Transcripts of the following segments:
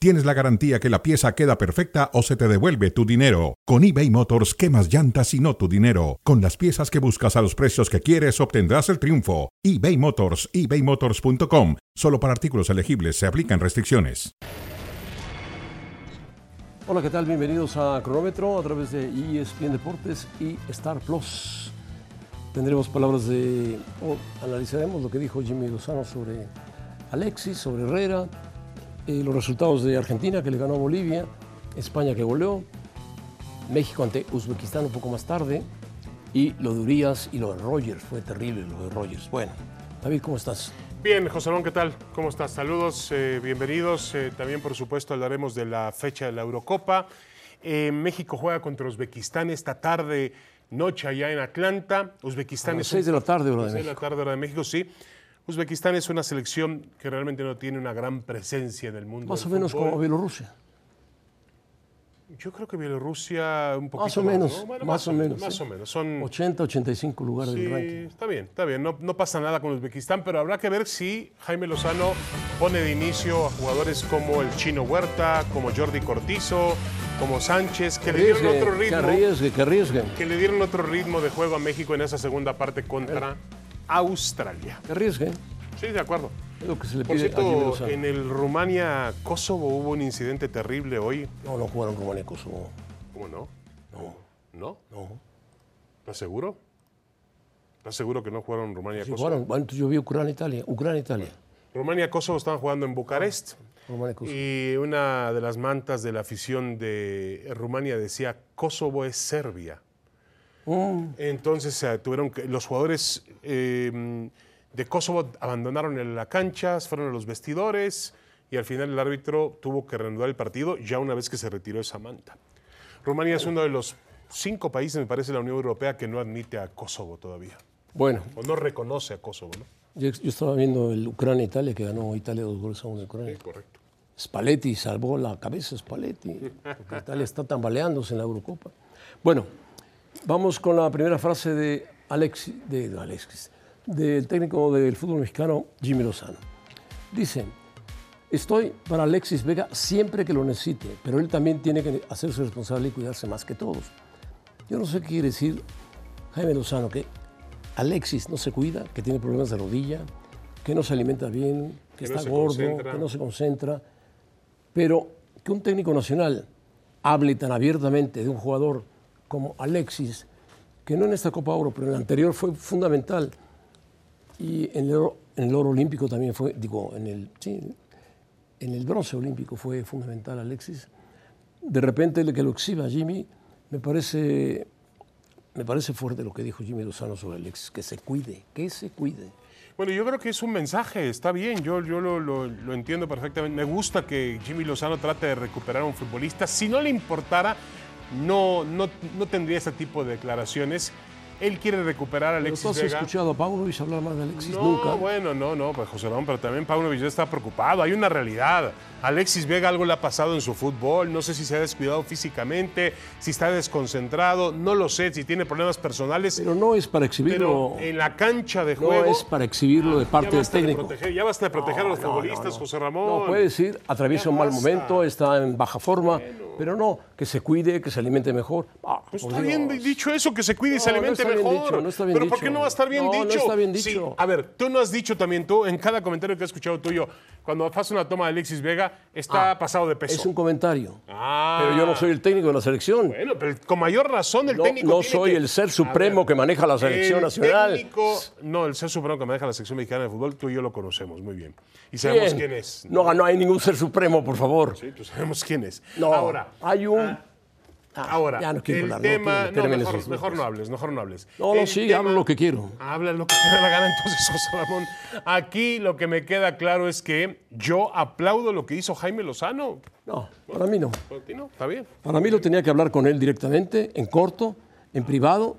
tienes la garantía que la pieza queda perfecta o se te devuelve tu dinero. Con eBay Motors, quemas llantas y no tu dinero? Con las piezas que buscas a los precios que quieres, obtendrás el triunfo. eBay Motors, ebaymotors.com. Solo para artículos elegibles se aplican restricciones. Hola, ¿qué tal? Bienvenidos a Cronómetro a través de E ESPN Deportes y Star Plus. Tendremos palabras de, o analizaremos lo que dijo Jimmy Lozano sobre Alexis, sobre Herrera, eh, los resultados de Argentina que le ganó a Bolivia, España que goleó, México ante Uzbekistán un poco más tarde y lo de Urias y lo de Rogers, fue terrible lo de Rogers. Bueno, David, ¿cómo estás? Bien, José Ramón, ¿qué tal? ¿Cómo estás? Saludos, eh, bienvenidos. Eh, también, por supuesto, hablaremos de la fecha de la Eurocopa. Eh, México juega contra Uzbekistán esta tarde, noche allá en Atlanta. Uzbekistán A las es 6 de la tarde, hora de 6 de la México. tarde, hora de México, sí. Uzbekistán es una selección que realmente no tiene una gran presencia en el mundo. Más o del menos fútbol. como Bielorrusia. Yo creo que Bielorrusia un poquito o menos, ¿no? más o menos, Más sí. o menos. Son 80, 85 lugares Mm. Sí, del ranking. está bien, está bien. No, no pasa nada con Uzbekistán, pero habrá que ver si Jaime Lozano pone de inicio a jugadores como el Chino Huerta, como Jordi Cortizo, como Sánchez, que le dieron otro que ritmo. arriesgue, que arriesguen. Que le dieron otro ritmo de juego a México en esa segunda parte contra Australia. Que arriesguen. Sí, de acuerdo. Es lo que se le Por pide a Jimmy cierto, Lozano. en el Rumania-Kosovo hubo un incidente terrible hoy. No, no jugaron Rumania y Kosovo. ¿Cómo no? No, ¿No? no. ¿Estás seguro? ¿Estás seguro que no jugaron Sí Rumania-Kosovo? jugaron. Bueno, entonces yo vi Ucrania-Italia. Ucrania-Italia. Rumania-Kosovo estaban jugando en Bucarest. Rumania y Kosovo. Y una de las mantas de la afición de Rumania decía, Kosovo es Serbia. Entonces eh, tuvieron que, los jugadores eh, de Kosovo abandonaron el- la cancha, se fueron a los vestidores y al final el árbitro tuvo que reanudar el partido ya una vez que se retiró esa manta. Rumania es uno de los cinco países, me parece, de la Unión Europea que no admite a Kosovo todavía, Bueno, o no reconoce a Kosovo, ¿no? yo, yo estaba viendo el Ucrania-Italia, que ganó Italia dos goles a uno de Ucrania. correcto. Spalletti salvó la cabeza, Spalletti, porque Italia está tambaleándose en la Eurocopa. Bueno, vamos con la primera frase de Alexis, de, de Alexis, del técnico del fútbol mexicano, Jimmy Lozano. Dice, estoy para Alexis Vega siempre que lo necesite, pero él también tiene que hacerse responsable y cuidarse más que todos. Yo no sé qué quiere decir Jaime Lozano, que Alexis no se cuida, que tiene problemas de rodilla, que no se alimenta bien, que, Que no está se gordo, concentra. que no se concentra. Pero que un técnico nacional hable tan abiertamente de un jugador como Alexis, que no en esta Copa Oro, pero en la anterior fue fundamental, y en el oro, en el oro olímpico también fue, digo, en el, sí, en el bronce olímpico fue fundamental Alexis. De repente el que lo exhiba Jimmy, me parece, me parece fuerte lo que dijo Jimmy Lozano sobre Alexis, que se cuide, que se cuide. Bueno, yo creo que es un mensaje, está bien, yo, yo lo, lo- lo entiendo perfectamente. Me gusta que Jimmy Lozano trate de recuperar a un futbolista. Si no le importara, no, no, no tendría ese tipo de declaraciones. Él quiere recuperar a ¿Pero Alexis ¿Tú has Vega. escuchado a Paulo Luis hablar más de Alexis? No, Nunca. bueno, no, no, pues José Ramón, pero también Paunovic ya está preocupado, hay una realidad. Alexis Vega algo le ha pasado en su fútbol, no sé si se ha descuidado físicamente, si está desconcentrado, no lo sé, si tiene problemas personales, Pero no es para pero, exhibirlo, en la cancha de no juego es para exhibirlo de parte ya del basta de Este técnico. proteger, ya basta de proteger a los futbolistas, José Ramón. No, puede decir, atraviesa Ya un mal basta. momento, está en baja forma, pero no, que se cuide, que se alimente mejor. Ah, Pues por está bien Dios. dicho eso, que se cuide y se No, no alimente está bien mejor. dicho, no está bien Pero ¿por qué dicho. no va a estar bien No, no dicho? está bien Sí, dicho. a ver, tú no has dicho también, tú, en cada comentario que he escuchado tuyo, cuando haces una toma de Alexis Vega, está Ah, pasado de peso. Es un comentario. Ah. Pero yo no soy el técnico de la selección. Bueno, pero con mayor razón el No, técnico no tiene soy que- el ser A supremo ver, que maneja la selección el nacional. técnico- no, el ser supremo que maneja la selección mexicana de fútbol, tú y yo lo conocemos muy bien. Y Bien. sabemos quién es. No, no hay ningún ser supremo, por favor. Sí, pues sabemos quién es. No, Ahora, hay un... Ah, Ahora, ya no quiero el hablar, no tema. quiero No, meterme en mejor, esos mejor temas. no hables, mejor no hables. No, no, El sí, tema- hablo lo que quiero. Habla lo que te dé la gana, entonces, José Ramón. Aquí lo que me queda claro es que yo aplaudo lo que hizo Jaime Lozano. No, para mí no. Para ti no, está bien. Para mí lo tenía que hablar con él directamente, en corto, en privado,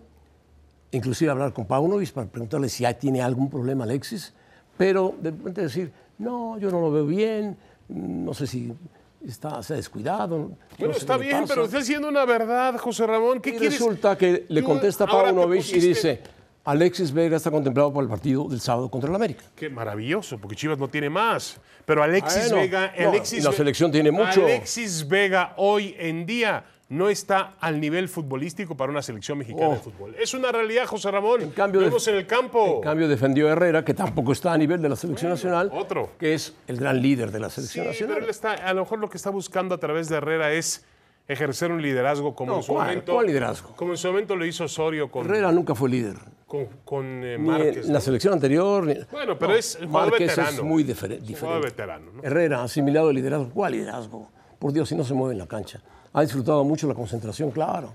inclusive hablar con Paunovic para preguntarle si ya tiene algún problema Alexis, pero de repente decir, no, yo no lo veo bien, no sé si está, se ha descuidado. no Bueno, sé está qué le bien, pasa". pero está diciendo una verdad, José Ramón. ¿Qué Y quieres? resulta que le Tú contesta ahora te Paunovic y pusiste- dice, Alexis Vega está contemplado para el partido del sábado contra el América. Qué maravilloso, porque Chivas no tiene más. Pero Alexis Bueno, Vega. no, Alexis la Ve- selección tiene mucho. Alexis Vega hoy en día no está al nivel futbolístico para una selección mexicana de fútbol. Es una realidad, José Ramón. Oh. En cambio Lo de- vemos en el campo. En cambio, defendió a Herrera, que tampoco está a nivel de la selección nacional, otro. que es el gran líder de la Sí, selección pero nacional. él está, a lo mejor lo que está buscando a través de Herrera es ejercer un liderazgo como No, en su ¿cuál? momento. ¿Cuál liderazgo? Como en su momento lo hizo Osorio con, Herrera nunca fue líder. con, con, eh, Ni Márquez. en la selección anterior. ni- Bueno, pero es un jugador Márquez veterano. es muy difere- Un jugador diferente. veterano, ¿no? Herrera, asimilado el liderazgo. ¿Cuál liderazgo? Por Dios, si no se mueve en la cancha. Ha disfrutado mucho la concentración, claro.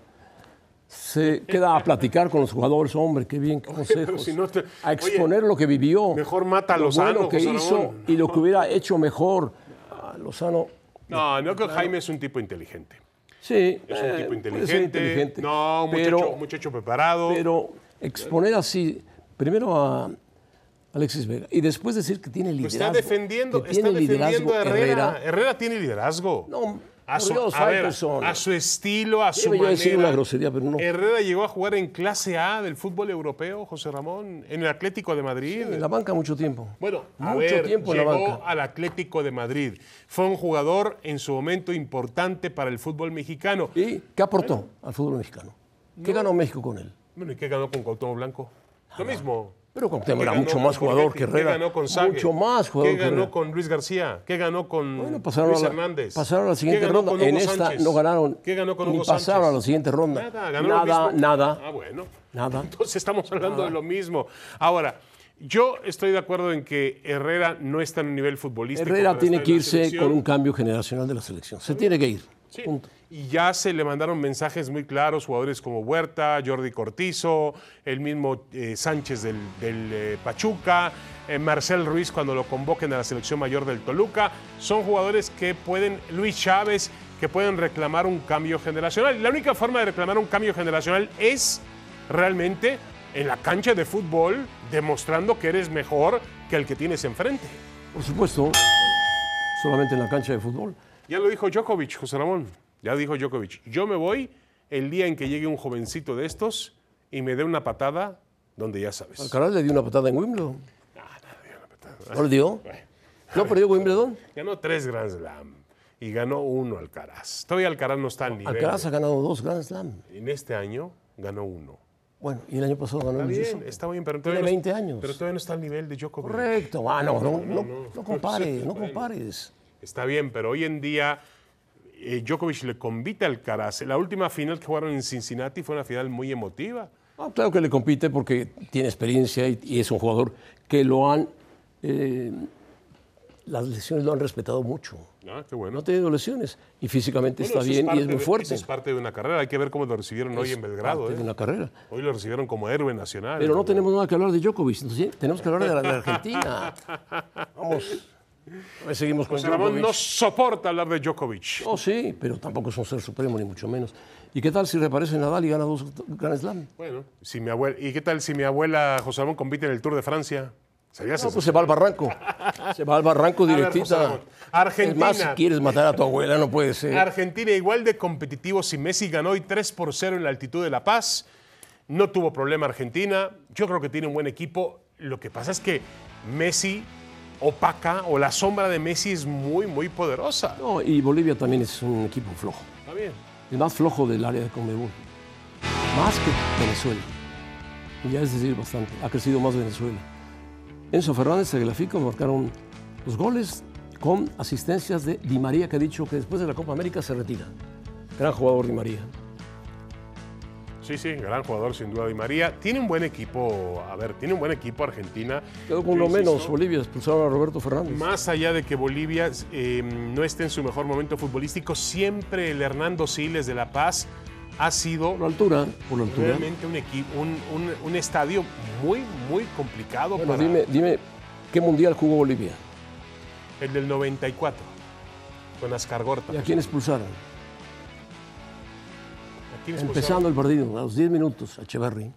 Se queda a platicar con los jugadores, hombre, qué bien, qué consejos. si no te- a exponer lo que vivió. mejor mata a lo Lozano, bueno que José hizo Ramón. y lo que hubiera hecho mejor. Ah, Lozano, No, no creo que Jaime es un tipo inteligente. sí. Es un eh, tipo puede ser inteligente. inteligente, No, un muchacho, pero, un muchacho preparado. pero exponer así, primero a Alexis Vega y después decir que tiene Lo liderazgo. está defendiendo, que está tiene defendiendo a liderazgo Herrera. Herrera. tiene liderazgo. No, a por su, Dios, a hay ver, personas. a su estilo, a su Iba yo a manera. decir una grosería, pero no. Herrera llegó a jugar en clase A del fútbol europeo, José Ramón, en el Atlético de Madrid. En la banca mucho tiempo. Bueno, a mucho ver, tiempo en la llegó banca. al Atlético de Madrid. Fue un jugador en su momento importante para el fútbol mexicano. ¿Y qué aportó al fútbol mexicano? ¿Qué ganó México con él? Bueno, ¿y qué ganó con Cuauhtémoc Blanco? Lo mismo. Pero Cuauhtémoc ¿Qué era ganó mucho con más jugador Borghetti? que Herrera. ¿Qué ganó con Sague? Mucho más jugador ¿Qué que ganó Herrera. con Luis García? ¿Qué ganó con Bueno, pasaron, a Luis la, Hernández? pasaron a la ¿Qué siguiente ganó ronda. con En Hugo esta Sánchez? no ganaron. ¿Qué ganó con ni Hugo pasaron a la Sánchez? siguiente ronda. Nada, ganó lo nada, mismo. nada, Ah, bueno. nada. Entonces estamos hablando de lo mismo. Ahora, yo estoy de acuerdo en que Herrera no está en un nivel futbolístico. Herrera para tiene estar que en la irse selección. con un cambio generacional de la selección. Se tiene que ir. Sí. Punto. Y ya se le mandaron mensajes muy claros, jugadores como Huerta, Jordi Cortizo, el mismo eh, Sánchez del, del, eh, Pachuca, eh, Marcel Ruiz cuando lo convoquen a la selección mayor del Toluca. Son jugadores que pueden, Luis Chávez, que pueden reclamar un cambio generacional. Y La única forma de reclamar un cambio generacional es realmente en la cancha de fútbol, demostrando que eres mejor que el que tienes enfrente. Por supuesto, solamente en la cancha de fútbol. Ya lo dijo Djokovic, José Ramón. Ya dijo Djokovic. Yo me voy el día en que llegue un jovencito de estos y me dé una patada donde ya sabes. Alcaraz le dio una patada en Wimbledon. Ah, No le dio. ¿No perdió Wimbledon? Ganó tres Grand Slam y ganó uno Alcaraz. Todavía Alcaraz no está al nivel. Alcaraz ha ganado dos Grand Slam. En este año ganó uno. Bueno, y el año pasado ganó Está el US bien, Open. está bien, pero Tiene todavía, no- 20 años. pero todavía no está al nivel de Djokovic. Correcto. Ah, no, no, no, no. no compares, no compares. Está bien, pero hoy en día eh, Djokovic le convite al Alcaraz. La última final que jugaron en Cincinnati fue una final muy emotiva. Ah, claro que le compite porque tiene experiencia y, y es un jugador que lo han. eh, las lesiones lo han respetado mucho. Ah, qué bueno. No ha tenido lesiones y físicamente está Bueno, eso bien y parte es muy de- fuerte. eso es parte de una carrera. Hay que ver cómo lo recibieron hoy en Belgrado. Parte de ¿eh? una carrera. Hoy lo recibieron como héroe nacional. Pero no tenemos nada que hablar de Djokovic, entonces, ¿sí? tenemos que hablar de la de Argentina. Vamos. A ver, seguimos con José Ramón Djokovic. no soporta hablar de Djokovic. Oh, sí, pero tampoco es un ser supremo, ni mucho menos. ¿Y qué tal si reaparece Nadal y gana dos Grand Slam? Bueno, si mi abuela, ¿y qué tal si mi abuela José Ramón compite en el Tour de Francia? Sería No, sensacional. pues se va al barranco. Se va al barranco ver, José directita. Ramón, Argentina. Es más, si quieres matar a tu abuela, no puede ser. Argentina igual de competitivo si Messi ganó hoy 3 por 0 en la altitud de La Paz. No tuvo problema Argentina. Yo creo que tiene un buen equipo. Lo que pasa es que Messi opaca o la sombra de Messi es muy, muy poderosa. No, y Bolivia también es un equipo flojo. Está bien. El más flojo del área de Conmebol. Más que Venezuela. Y ya es decir bastante. Ha crecido más Venezuela. Enzo Fernández se graficó, marcaron los goles con asistencias de Di María, que ha dicho que después de la Copa América se retira. Gran jugador Di María. Sí, sí, gran jugador sin duda Di María. Tiene un buen equipo, a ver, tiene un buen equipo Argentina. Quedó con Yo uno menos insisto, Bolivia, expulsaron a Roberto Fernández. Más allá de que Bolivia eh, no esté en su mejor momento futbolístico, siempre el Hernando Siles de La Paz ha sido Por la altura, por la altura. realmente un, equipo, un, un- un estadio muy, muy complicado Bueno, para dime, dime, ¿qué mundial jugó Bolivia? el del 94 con Ascargorta. ¿Y a quién expulsaron? ¿A quién expulsaron? Empezando el partido, a los 10 minutos, a Echeverry.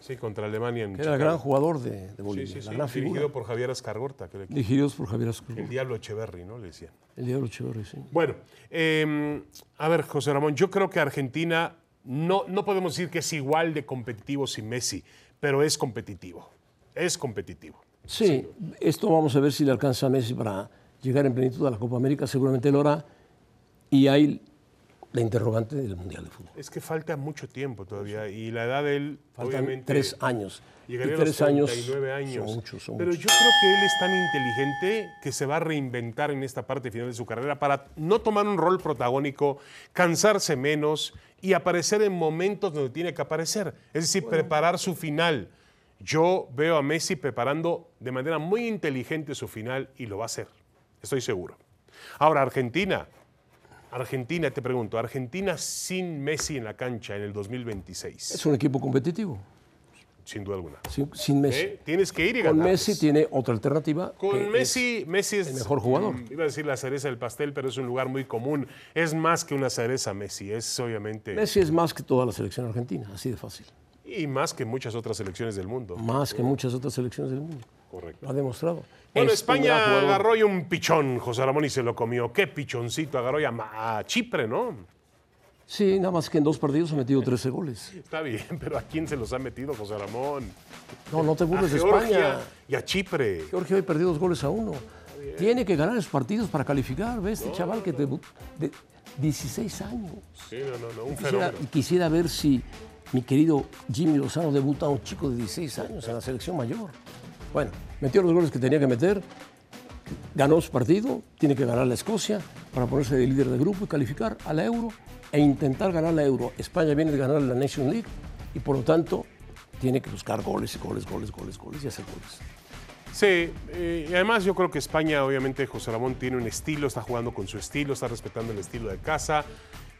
Sí, contra Alemania en que era el gran Chicago. jugador de, de Sí, Bolivia, sí, sí. la gran figura. Dirigido por Javier Ascargorta, que le- Dirigidos por Javier Ascurú, el diablo Echeverry, ¿no? Le decían. el diablo Echeverri, sí. Bueno, eh, a ver, José Ramón, yo creo que Argentina no, no podemos decir que es igual de competitivo sin Messi, pero es competitivo. Es competitivo. Sí, esto vamos a ver si le alcanza a Messi para llegar en plenitud a la Copa América, seguramente lo hará. Y hay la interrogante del Mundial de Fútbol. Es que falta mucho tiempo todavía y la edad de él, Faltan obviamente. tres años. Y Llegaría tres a años, los 39 años. Son muchos, son Pero muchos. yo creo que él es tan inteligente que se va a reinventar en esta parte final de su carrera para no tomar un rol protagónico, cansarse menos y aparecer en momentos donde tiene que aparecer. Es decir, preparar su final. Yo veo a Messi preparando de manera muy inteligente su final y lo va a hacer. Estoy seguro. Ahora, Argentina. Argentina, te pregunto, Argentina sin Messi en la cancha en el 2026, Es un equipo competitivo, sin duda alguna. sin, sin Messi. ¿Eh? Tienes que ir y Con ganar. Messi tiene otra alternativa. que Con es- Messi, Messi es el mejor jugador. mm, Iba a decir la cereza del pastel, pero es un lugar muy común. Es más que una cereza Messi, es obviamente Messi es más que toda la selección argentina, así de fácil. y más que muchas otras selecciones del mundo. Más que muchas otras selecciones del mundo. Correcto. Lo ha demostrado. Bueno, Es un gran España jugador. agarró y un pichón, José Ramón, y se lo comió. Qué pichoncito agarró y a, Ma- a Chipre, ¿no? Sí, nada más que en dos partidos ha metido 13 goles. Está bien, pero ¿a quién se los ha metido, José Ramón? No, no te A burles de Georgia España. y a Chipre. Georgia hoy perdió dos goles a uno. Tiene que ganar los partidos para calificar. ¿Ves? Este chaval que debu- de 16 años. Sí, no, no, no, un Quisiera, fenómeno. y quisiera ver si mi querido Jimmy Lozano debuta a un chico de 16 años en la selección mayor. Bueno, metió los goles que tenía que meter, ganó su partido, tiene que ganar la Escocia para ponerse de líder de grupo y calificar a la Euro e intentar ganar la Euro. España viene de ganar la Nation League y por lo tanto tiene que buscar goles y goles, goles, goles, goles y hacer goles. Sí, eh, y además yo creo que España, obviamente, José Ramón tiene un estilo, está jugando con su estilo, está respetando el estilo de casa,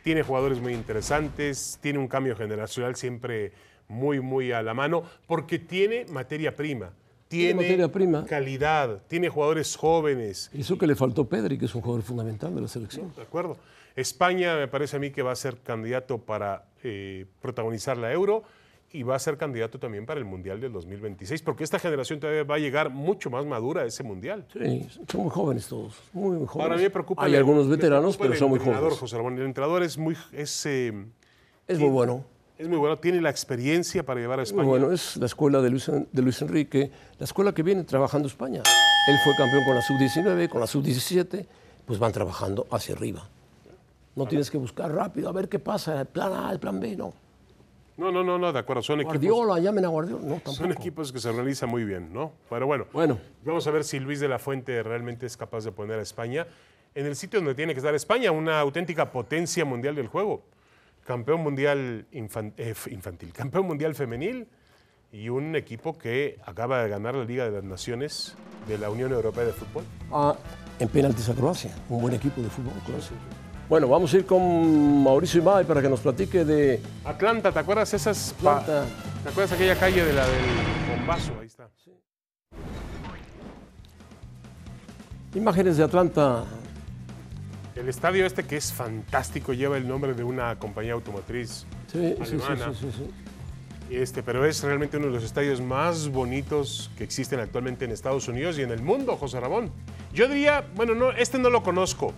tiene jugadores muy interesantes, tiene un cambio generacional siempre muy, muy a la mano, porque tiene materia prima, tiene, materia prima. calidad, tiene jugadores jóvenes, Eso que le faltó a Pedri, que es un jugador fundamental de la selección. ¿de acuerdo? España me parece a mí que va a ser candidato para eh, protagonizar la Euro y va a ser candidato también para el Mundial del 2026, porque esta generación todavía va a llegar mucho más madura a ese Mundial. Sí, son muy jóvenes todos, muy, muy jóvenes. Ahora a mí me preocupa. Hay el- algunos me veteranos, preocupa pero el son muy entrenador, jóvenes. José Ramón. El entrenador es muy, es, eh, Es muy bueno. es muy bueno, tiene la experiencia para llevar a España. Muy bueno, es la escuela de Luis, En- de Luis Enrique, la escuela que viene trabajando España. Él fue campeón con la sub-19, con la sub-17, pues van trabajando hacia arriba. No tienes que buscar rápido a ver qué pasa, el plan A, el plan B, no. No, no, no, no, de acuerdo. Son equipos, Guardiola, llamen a Guardiola, no, son tampoco. equipos que se organizan muy bien, ¿no? Pero bueno, Bueno, vamos a ver si Luis de la Fuente realmente es capaz de poner a España en el sitio donde tiene que estar España, una auténtica potencia mundial del juego. Campeón mundial infan- eh, f- infantil, campeón mundial femenil y un equipo que acaba de ganar la Liga de las Naciones de la Unión Europea de Fútbol. ah, en penaltis a Croacia, un buen equipo de fútbol. Croacia. Bueno, vamos a ir con Mauricio Imay para que nos platique de... Atlanta, ¿te acuerdas esas? pa- Atlanta. ¿Te acuerdas aquella calle de la del bombazo? Ahí está. Imágenes de Atlanta, El estadio este que es fantástico lleva el nombre de una compañía automotriz. sí, sí, sí, Alemana. sí, sí, sí. Este, pero es realmente uno de los estadios más bonitos que existen actualmente en Estados Unidos y en el mundo, José Ramón. Yo diría, bueno, no, este no lo conozco,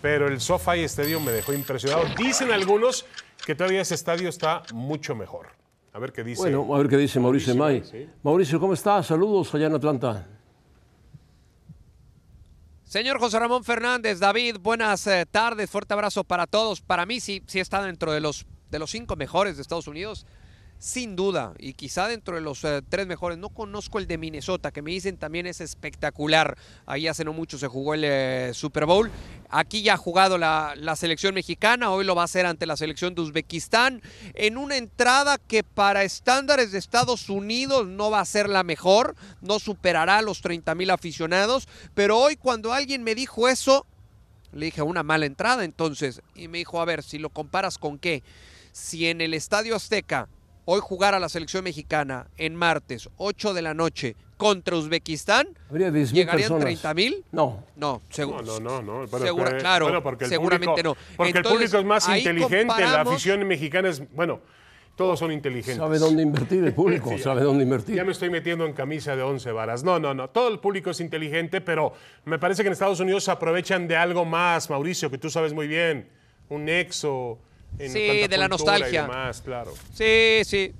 pero el SoFi Stadium me dejó impresionado. Dicen algunos que todavía ese estadio está mucho mejor. A ver qué dice. Bueno, a ver qué dice Mauricio May. Mauricio, ¿cómo estás? Saludos allá en Atlanta. Señor José Ramón Fernández, David, buenas eh, tardes, fuerte abrazo para todos. Para mí sí, sí está dentro de los, de los cinco mejores de Estados Unidos, sin duda, y quizá dentro de los eh, tres mejores. No conozco el de Minnesota, que me dicen también es espectacular. Ahí hace no mucho se jugó el eh, Super Bowl. Aquí ya ha jugado la, la selección mexicana, hoy lo va a hacer ante la selección de Uzbekistán, en una entrada que para estándares de Estados Unidos no va a ser la mejor, no superará a los 30 mil aficionados, pero hoy cuando alguien me dijo eso, le dije una mala entrada entonces, y me dijo, a ver, si lo comparas con qué, si en el Estadio Azteca hoy jugara la selección mexicana en martes 8 de la noche contra Uzbekistán, Habría 10.000 ¿llegarían personas. 30 mil? No, No, No, seguro. no, no. no. Bueno, Segura- pero- claro, bueno, porque el seguramente público, no. Porque Entonces, el público es más ahí inteligente, la comparamos- afición mexicana es. Bueno, Todos son inteligentes. Sabe dónde invertir el público, sabe dónde invertir. Ya me estoy metiendo en camisa de once varas. No, no, no. Todo el público es inteligente, pero me parece que en Estados Unidos se aprovechan de algo más, Mauricio, que tú sabes muy bien. Un nexo. En Sí, cuanto a de la cultura y nostalgia. demás, claro. Sí, sí.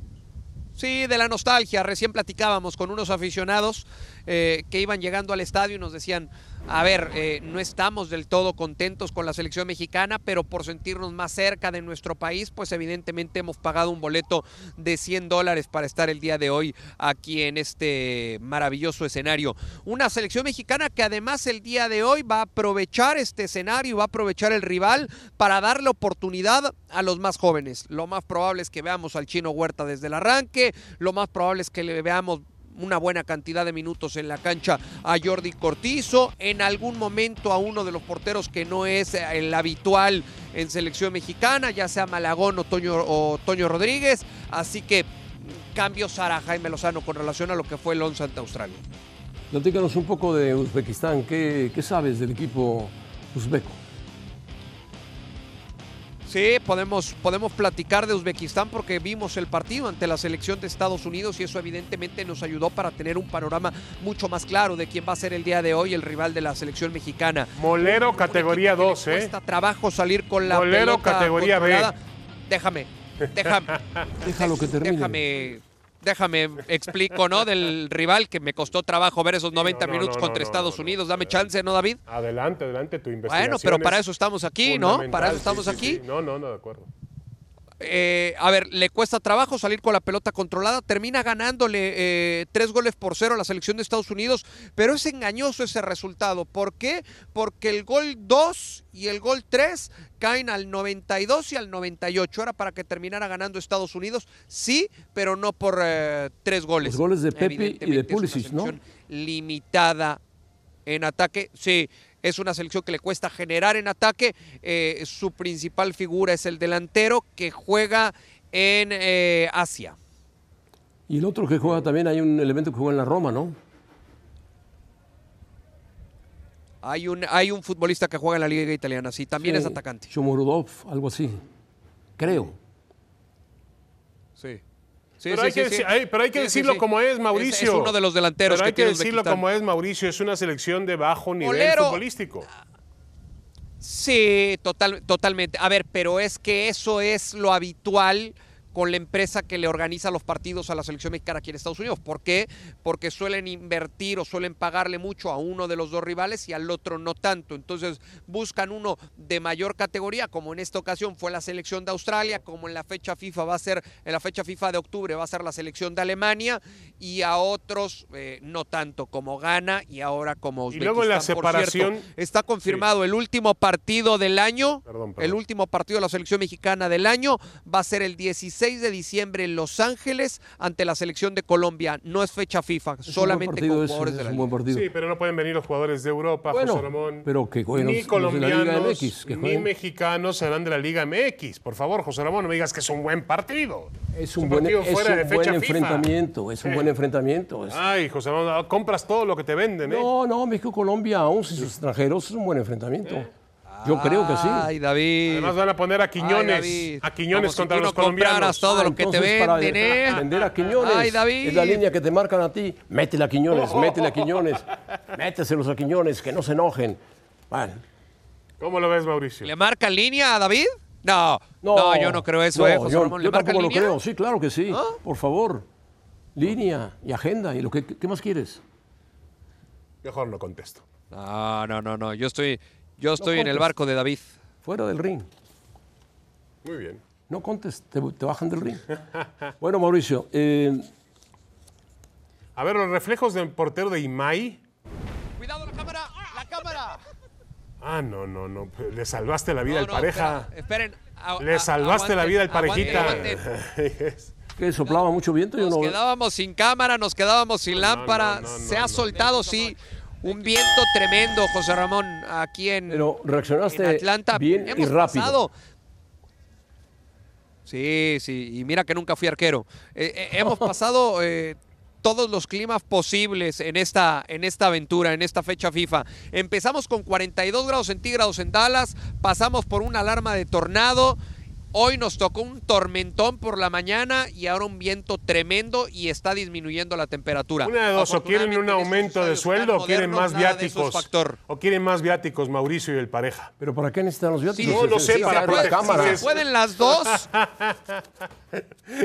Sí, de la nostalgia. Recién platicábamos con unos aficionados eh, que iban llegando al estadio y nos decían, a ver, eh, no estamos del todo contentos con la selección mexicana, pero por sentirnos más cerca de nuestro país, pues evidentemente hemos pagado un boleto de 100 dólares para estar el día de hoy aquí en este maravilloso escenario. Una selección mexicana que además el día de hoy va a aprovechar este escenario, va a aprovechar el rival para darle oportunidad a los más jóvenes. Lo más probable es que veamos al chino Huerta desde el arranque, lo más probable es que le veamos una buena cantidad de minutos en la cancha a Jordi Cortizo, en algún momento a uno de los porteros que no es eh, el habitual en selección mexicana, ya sea Malagón o Toño, o Toño Rodríguez, así que mm, cambios hará Jaime Lozano con relación a lo que fue el once ante Australia. Platícanos un poco de Uzbekistán. ¿Qué, qué sabes del equipo uzbeco? Sí, podemos, podemos platicar de Uzbekistán porque vimos el partido ante la selección de Estados Unidos y eso evidentemente nos ayudó para tener un panorama mucho más claro de quién va a ser el día de hoy el rival de la selección mexicana. Molero, Un categoría equipo que le 2, ¿eh? Cuesta trabajo salir con la Golero, pelota categoría B. controlada. Déjame, déjame. Déjalo que termine. Déjame, déjame, explico, ¿no? Del rival que me costó trabajo ver esos no, 90 no, minutos no, contra no, no, Estados no, Unidos. no, Dame no. chance, ¿no, David? Adelante, adelante, tu investigación. Bueno, pero para es eso estamos aquí, ¿no? Para fundamental, eso estamos sí, sí, aquí. sí. No, no, no, de acuerdo. Eh, a ver, le cuesta trabajo salir con la pelota controlada, termina ganándole eh, tres goles por cero a la selección de Estados Unidos, pero es engañoso ese resultado. ¿Por qué? Porque el gol 2 y el gol 3 caen al 92 y al 98. Era para que terminara ganando Estados Unidos, sí, pero no por eh, tres goles. Los goles de Pepe y de Evidentemente es una Pulisic, ¿no? selección Limitada en ataque, sí, es una selección que le cuesta generar en ataque. Eh, su principal figura es el delantero que juega en eh, Asia. Y el otro que juega también, hay un elemento que juega en la Roma, ¿no? Hay un, hay un futbolista que juega en la liga italiana, sí, también es Sí, atacante. Shomurodov, algo así. Creo. Sí. Sí, Pero sí, hay que sí, sí. deci- ay, pero hay que Sí, sí, decirlo sí. como es, Ese Mauricio. Es, uno de los delanteros Pero hay que que tiene decirlo Uzbekistán. como es, Mauricio. Es una selección de bajo nivel Molero. futbolístico. Ah, Sí, total, totalmente. A ver, pero es que eso es lo habitual con la empresa que le organiza los partidos a la selección mexicana aquí en Estados Unidos. ¿Por qué? Porque suelen invertir o suelen pagarle mucho a uno de los dos rivales y al otro no tanto. Entonces buscan uno de mayor categoría, como en esta ocasión fue la selección de Australia, como en la fecha FIFA va a ser, en la fecha FIFA de octubre va a ser la selección de Alemania, y a otros eh, no tanto, como Ghana y ahora como Y luego la Uzbekistán, por cierto. separación- Está confirmado el último partido del año. Perdón, perdón. El último partido de la selección mexicana del año va a ser el 16 de diciembre en Los Ángeles ante la selección de Colombia. No es fecha FIFA, Es un buen solamente partido con ese, jugadores de es la un liga. buen partido. Sí, pero no pueden venir los jugadores de Europa, Bueno, José Ramón. pero que jueguen ni los- los de la Liga colombianos MX, que ni jueguen. mexicanos serán de la Liga MX. Por favor, José Ramón, no me digas que es un buen partido. Es un buen, partido es fuera un de buen fecha FIFA. enfrentamiento, es un Sí. buen enfrentamiento. Ah, es- Ay, José Ramón, ah, compras todo lo que te venden, ¿eh? No, no, México-Colombia, aún sin sus extranjeros, es un buen enfrentamiento. Yo creo que sí. Ay, David. Además van a poner a Quiñones, David. a Quiñones Como si contra tú no los colombianos. compraras todo Ah, lo que te entonces, para venden, ¿eh? Vender a Quiñones. Ay, David. Oh. Es la línea que te marcan a ti. Métele a Quiñones, métele a Quiñones. Méteselos a Quiñones, que no se enojen. Bueno, ¿Cómo lo ves, Mauricio? ¿Le marca línea a David? No, no, no, yo no creo eso, no, ¿eh, José yo, Ramón? ¿Le yo marca tampoco línea? ¿Ah? lo creo. Sí, claro que sí. Por favor, línea y agenda. y lo que, ¿Qué más quieres? Mejor no contesto. No, no, no, no. Yo estoy, yo estoy en el contestes. barco de David. Fuera del ring. Muy bien. No contes, te, te bajan del ring. Bueno, Mauricio, eh, A ver, los reflejos del portero de Imai. Cuidado la cámara, la cámara. Ah, no, no, no. Le salvaste la vida No, al no, pareja. espera, esperen. a- a- Le salvaste la aguanten, vida al aguanten, parejita. aguanten. que soplaba mucho viento. Yo Nos no, quedábamos sin cámara, nos quedábamos sin no, lámpara. no, Se no, ha no. soltado, sí, un viento tremendo, José Ramón, aquí en, pero reaccionaste en Atlanta. bien y Hemos rápido. pasado- Sí, sí, y mira que nunca fui arquero. Eh, eh, hemos pasado eh, todos los climas posibles en esta, en esta aventura, en esta fecha FIFA. Empezamos con 42 grados centígrados en Dallas, pasamos por una alarma de tornado Hoy nos tocó un tormentón por la mañana y ahora un viento tremendo y está disminuyendo la temperatura. Una de dos, o quieren un Afortunadamente, este aumento de estos usuarios sueldo o tan quieren modernos, más nada de eso es viáticos. factor. O quieren más viáticos, Mauricio y el pareja. ¿Pero para qué necesitan los viáticos? no, no sé, Sí, para sí, proteger- cámara. sí, Si se pueden las dos,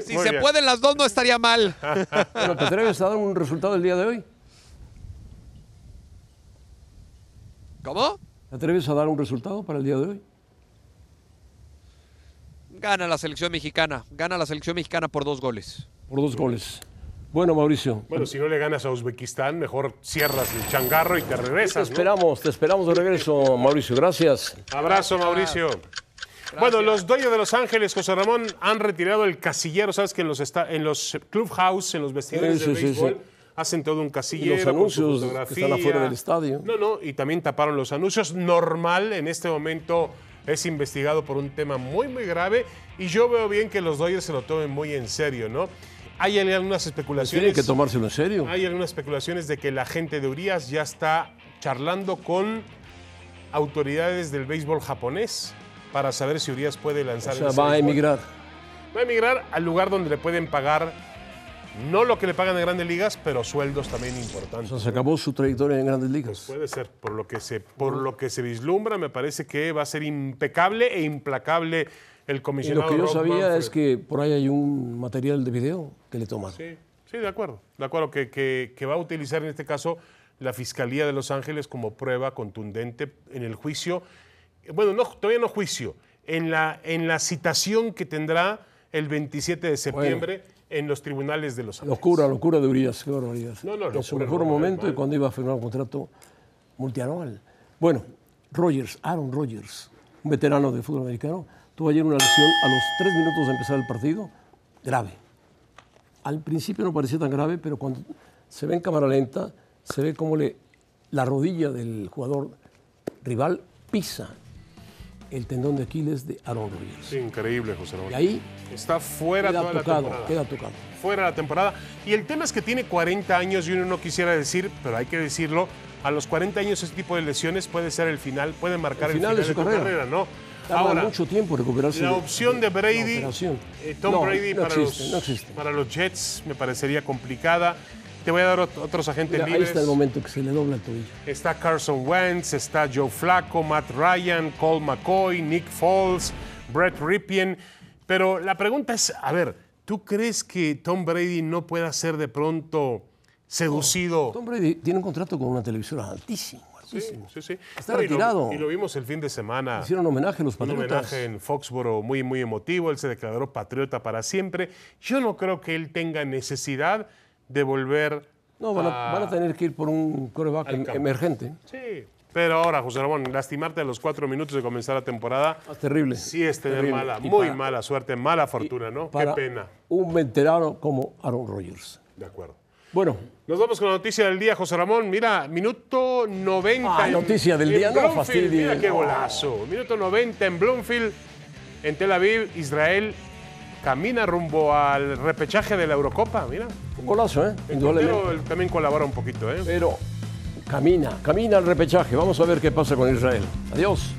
si Muy se bien. pueden las dos no estaría mal. Bueno, ¿Te atreves a dar un resultado del día de hoy? ¿Cómo? ¿Te atreves a dar un resultado para el día de hoy? Gana la selección mexicana, gana la selección mexicana por dos goles. Por dos goles. Bueno, Mauricio, Bueno, si no le ganas a Uzbekistán, mejor cierras el changarro y te te regresas. ¿no? esperamos, te esperamos de regreso, Mauricio. Gracias. Abrazo, Mauricio. Bueno, los dueños de Los Ángeles, José Ramón, han retirado el casillero. Sabes que en los, esta- en los clubhouse, en los vestidores Sí, de sí, sí, béisbol, sí. hacen todo un casillero. Y los con su anuncios que fotografía. están afuera del estadio. No, no, y también taparon los anuncios. Normal, en este momento es investigado por un tema muy, muy grave. Y yo veo bien que los Dodgers se lo tomen muy en serio, ¿no? Hay algunas especulaciones. Tienen Pues que tomárselo en serio. Hay algunas especulaciones de que la gente de Urias ya está charlando con autoridades del béisbol japonés para saber si Urias puede O lanzar. sea, en ese va a béisbol. emigrar. Va a emigrar al lugar donde le pueden pagar no lo que le pagan en Grandes Ligas, pero sueldos también O sea, importantes. se acabó su trayectoria en Grandes Ligas. Puede ser, por lo que se por lo que se vislumbra, me parece que va a ser impecable e implacable el Y comisionado. lo que yo Rob sabía Manfred. es que por ahí hay un material de video que le toman. Sí, sí, de acuerdo. De acuerdo, que, que- que va a utilizar en este caso la Fiscalía de Los Ángeles como prueba contundente en el juicio. Bueno, no, todavía no juicio, en la, en la citación que tendrá el 27 de septiembre en los tribunales de Los Ángeles. Locura, locura de Urias, qué barbaridad. No, no, en su locura, mejor no, momento y normal. cuando iba a firmar un contrato multianual. Bueno, Rogers, Aaron Rogers, un veterano de fútbol americano, tuvo ayer una lesión a los tres minutos de empezar el partido, grave. Al principio no parecía tan grave, pero cuando se ve en cámara lenta, se ve cómo le, la rodilla del jugador rival pisa el tendón de Aquiles de Aaron Rodgers. Es increíble, José Ramón. Y ahí Está fuera toda queda la tocado, temporada. queda tocado. fuera la temporada. Y el tema es que tiene 40 años y uno no quisiera decir, pero hay que decirlo, a los 40 años ese tipo de lesiones puede ser el final, puede marcar el, El final de su tu carrera. ¿no? Tarda mucho tiempo recuperarse. La de- opción de Brady, La operación. eh, Tom No, Brady no para, existe, los, no existe. para los Jets me parecería complicada. Te voy a dar ot- otros agentes Mira, ahí libres. está el momento que se le dobla el tobillo. Está Carson Wentz, está Joe Flacco, Matt Ryan, Cole McCoy, Nick Foles, Brett Ripien. Pero la pregunta es, a ver, ¿tú crees que Tom Brady no pueda ser de pronto seducido? Tom Brady tiene un contrato con una televisora altísimo, sí, altísimo. sí, sí. Está y lo- retirado. Y lo, vimos el fin de semana. Hicieron homenaje a los Un patriotas. homenaje en Foxboro muy, muy emotivo. Él se declaró patriota para siempre. Yo no creo que él tenga necesidad de volver No, van a, van a tener que ir por un coreback em- campo. emergente. Sí. Pero ahora, José Ramón, lastimarte a los cuatro minutos de comenzar la temporada Más terrible. sí es tener Terrible. mala, Y muy para- mala suerte, mala fortuna, ¿no? Qué para pena. Un veterano como Aaron Rodgers. De acuerdo. Bueno, Nos vamos con la noticia del día, José Ramón. Mira, minuto 90. Ah, noticia del día, no Bloomfield. fastidies. Mira qué No. golazo. Minuto 90 en Bloomfield, en Tel Aviv, Israel camina rumbo al repechaje de la Eurocopa. Mira, un golazo, ¿eh? el Indudablemente. portero, él también colabora un poquito, ¿eh? Pero camina, camina al repechaje. Vamos a ver qué pasa con Israel. Adiós.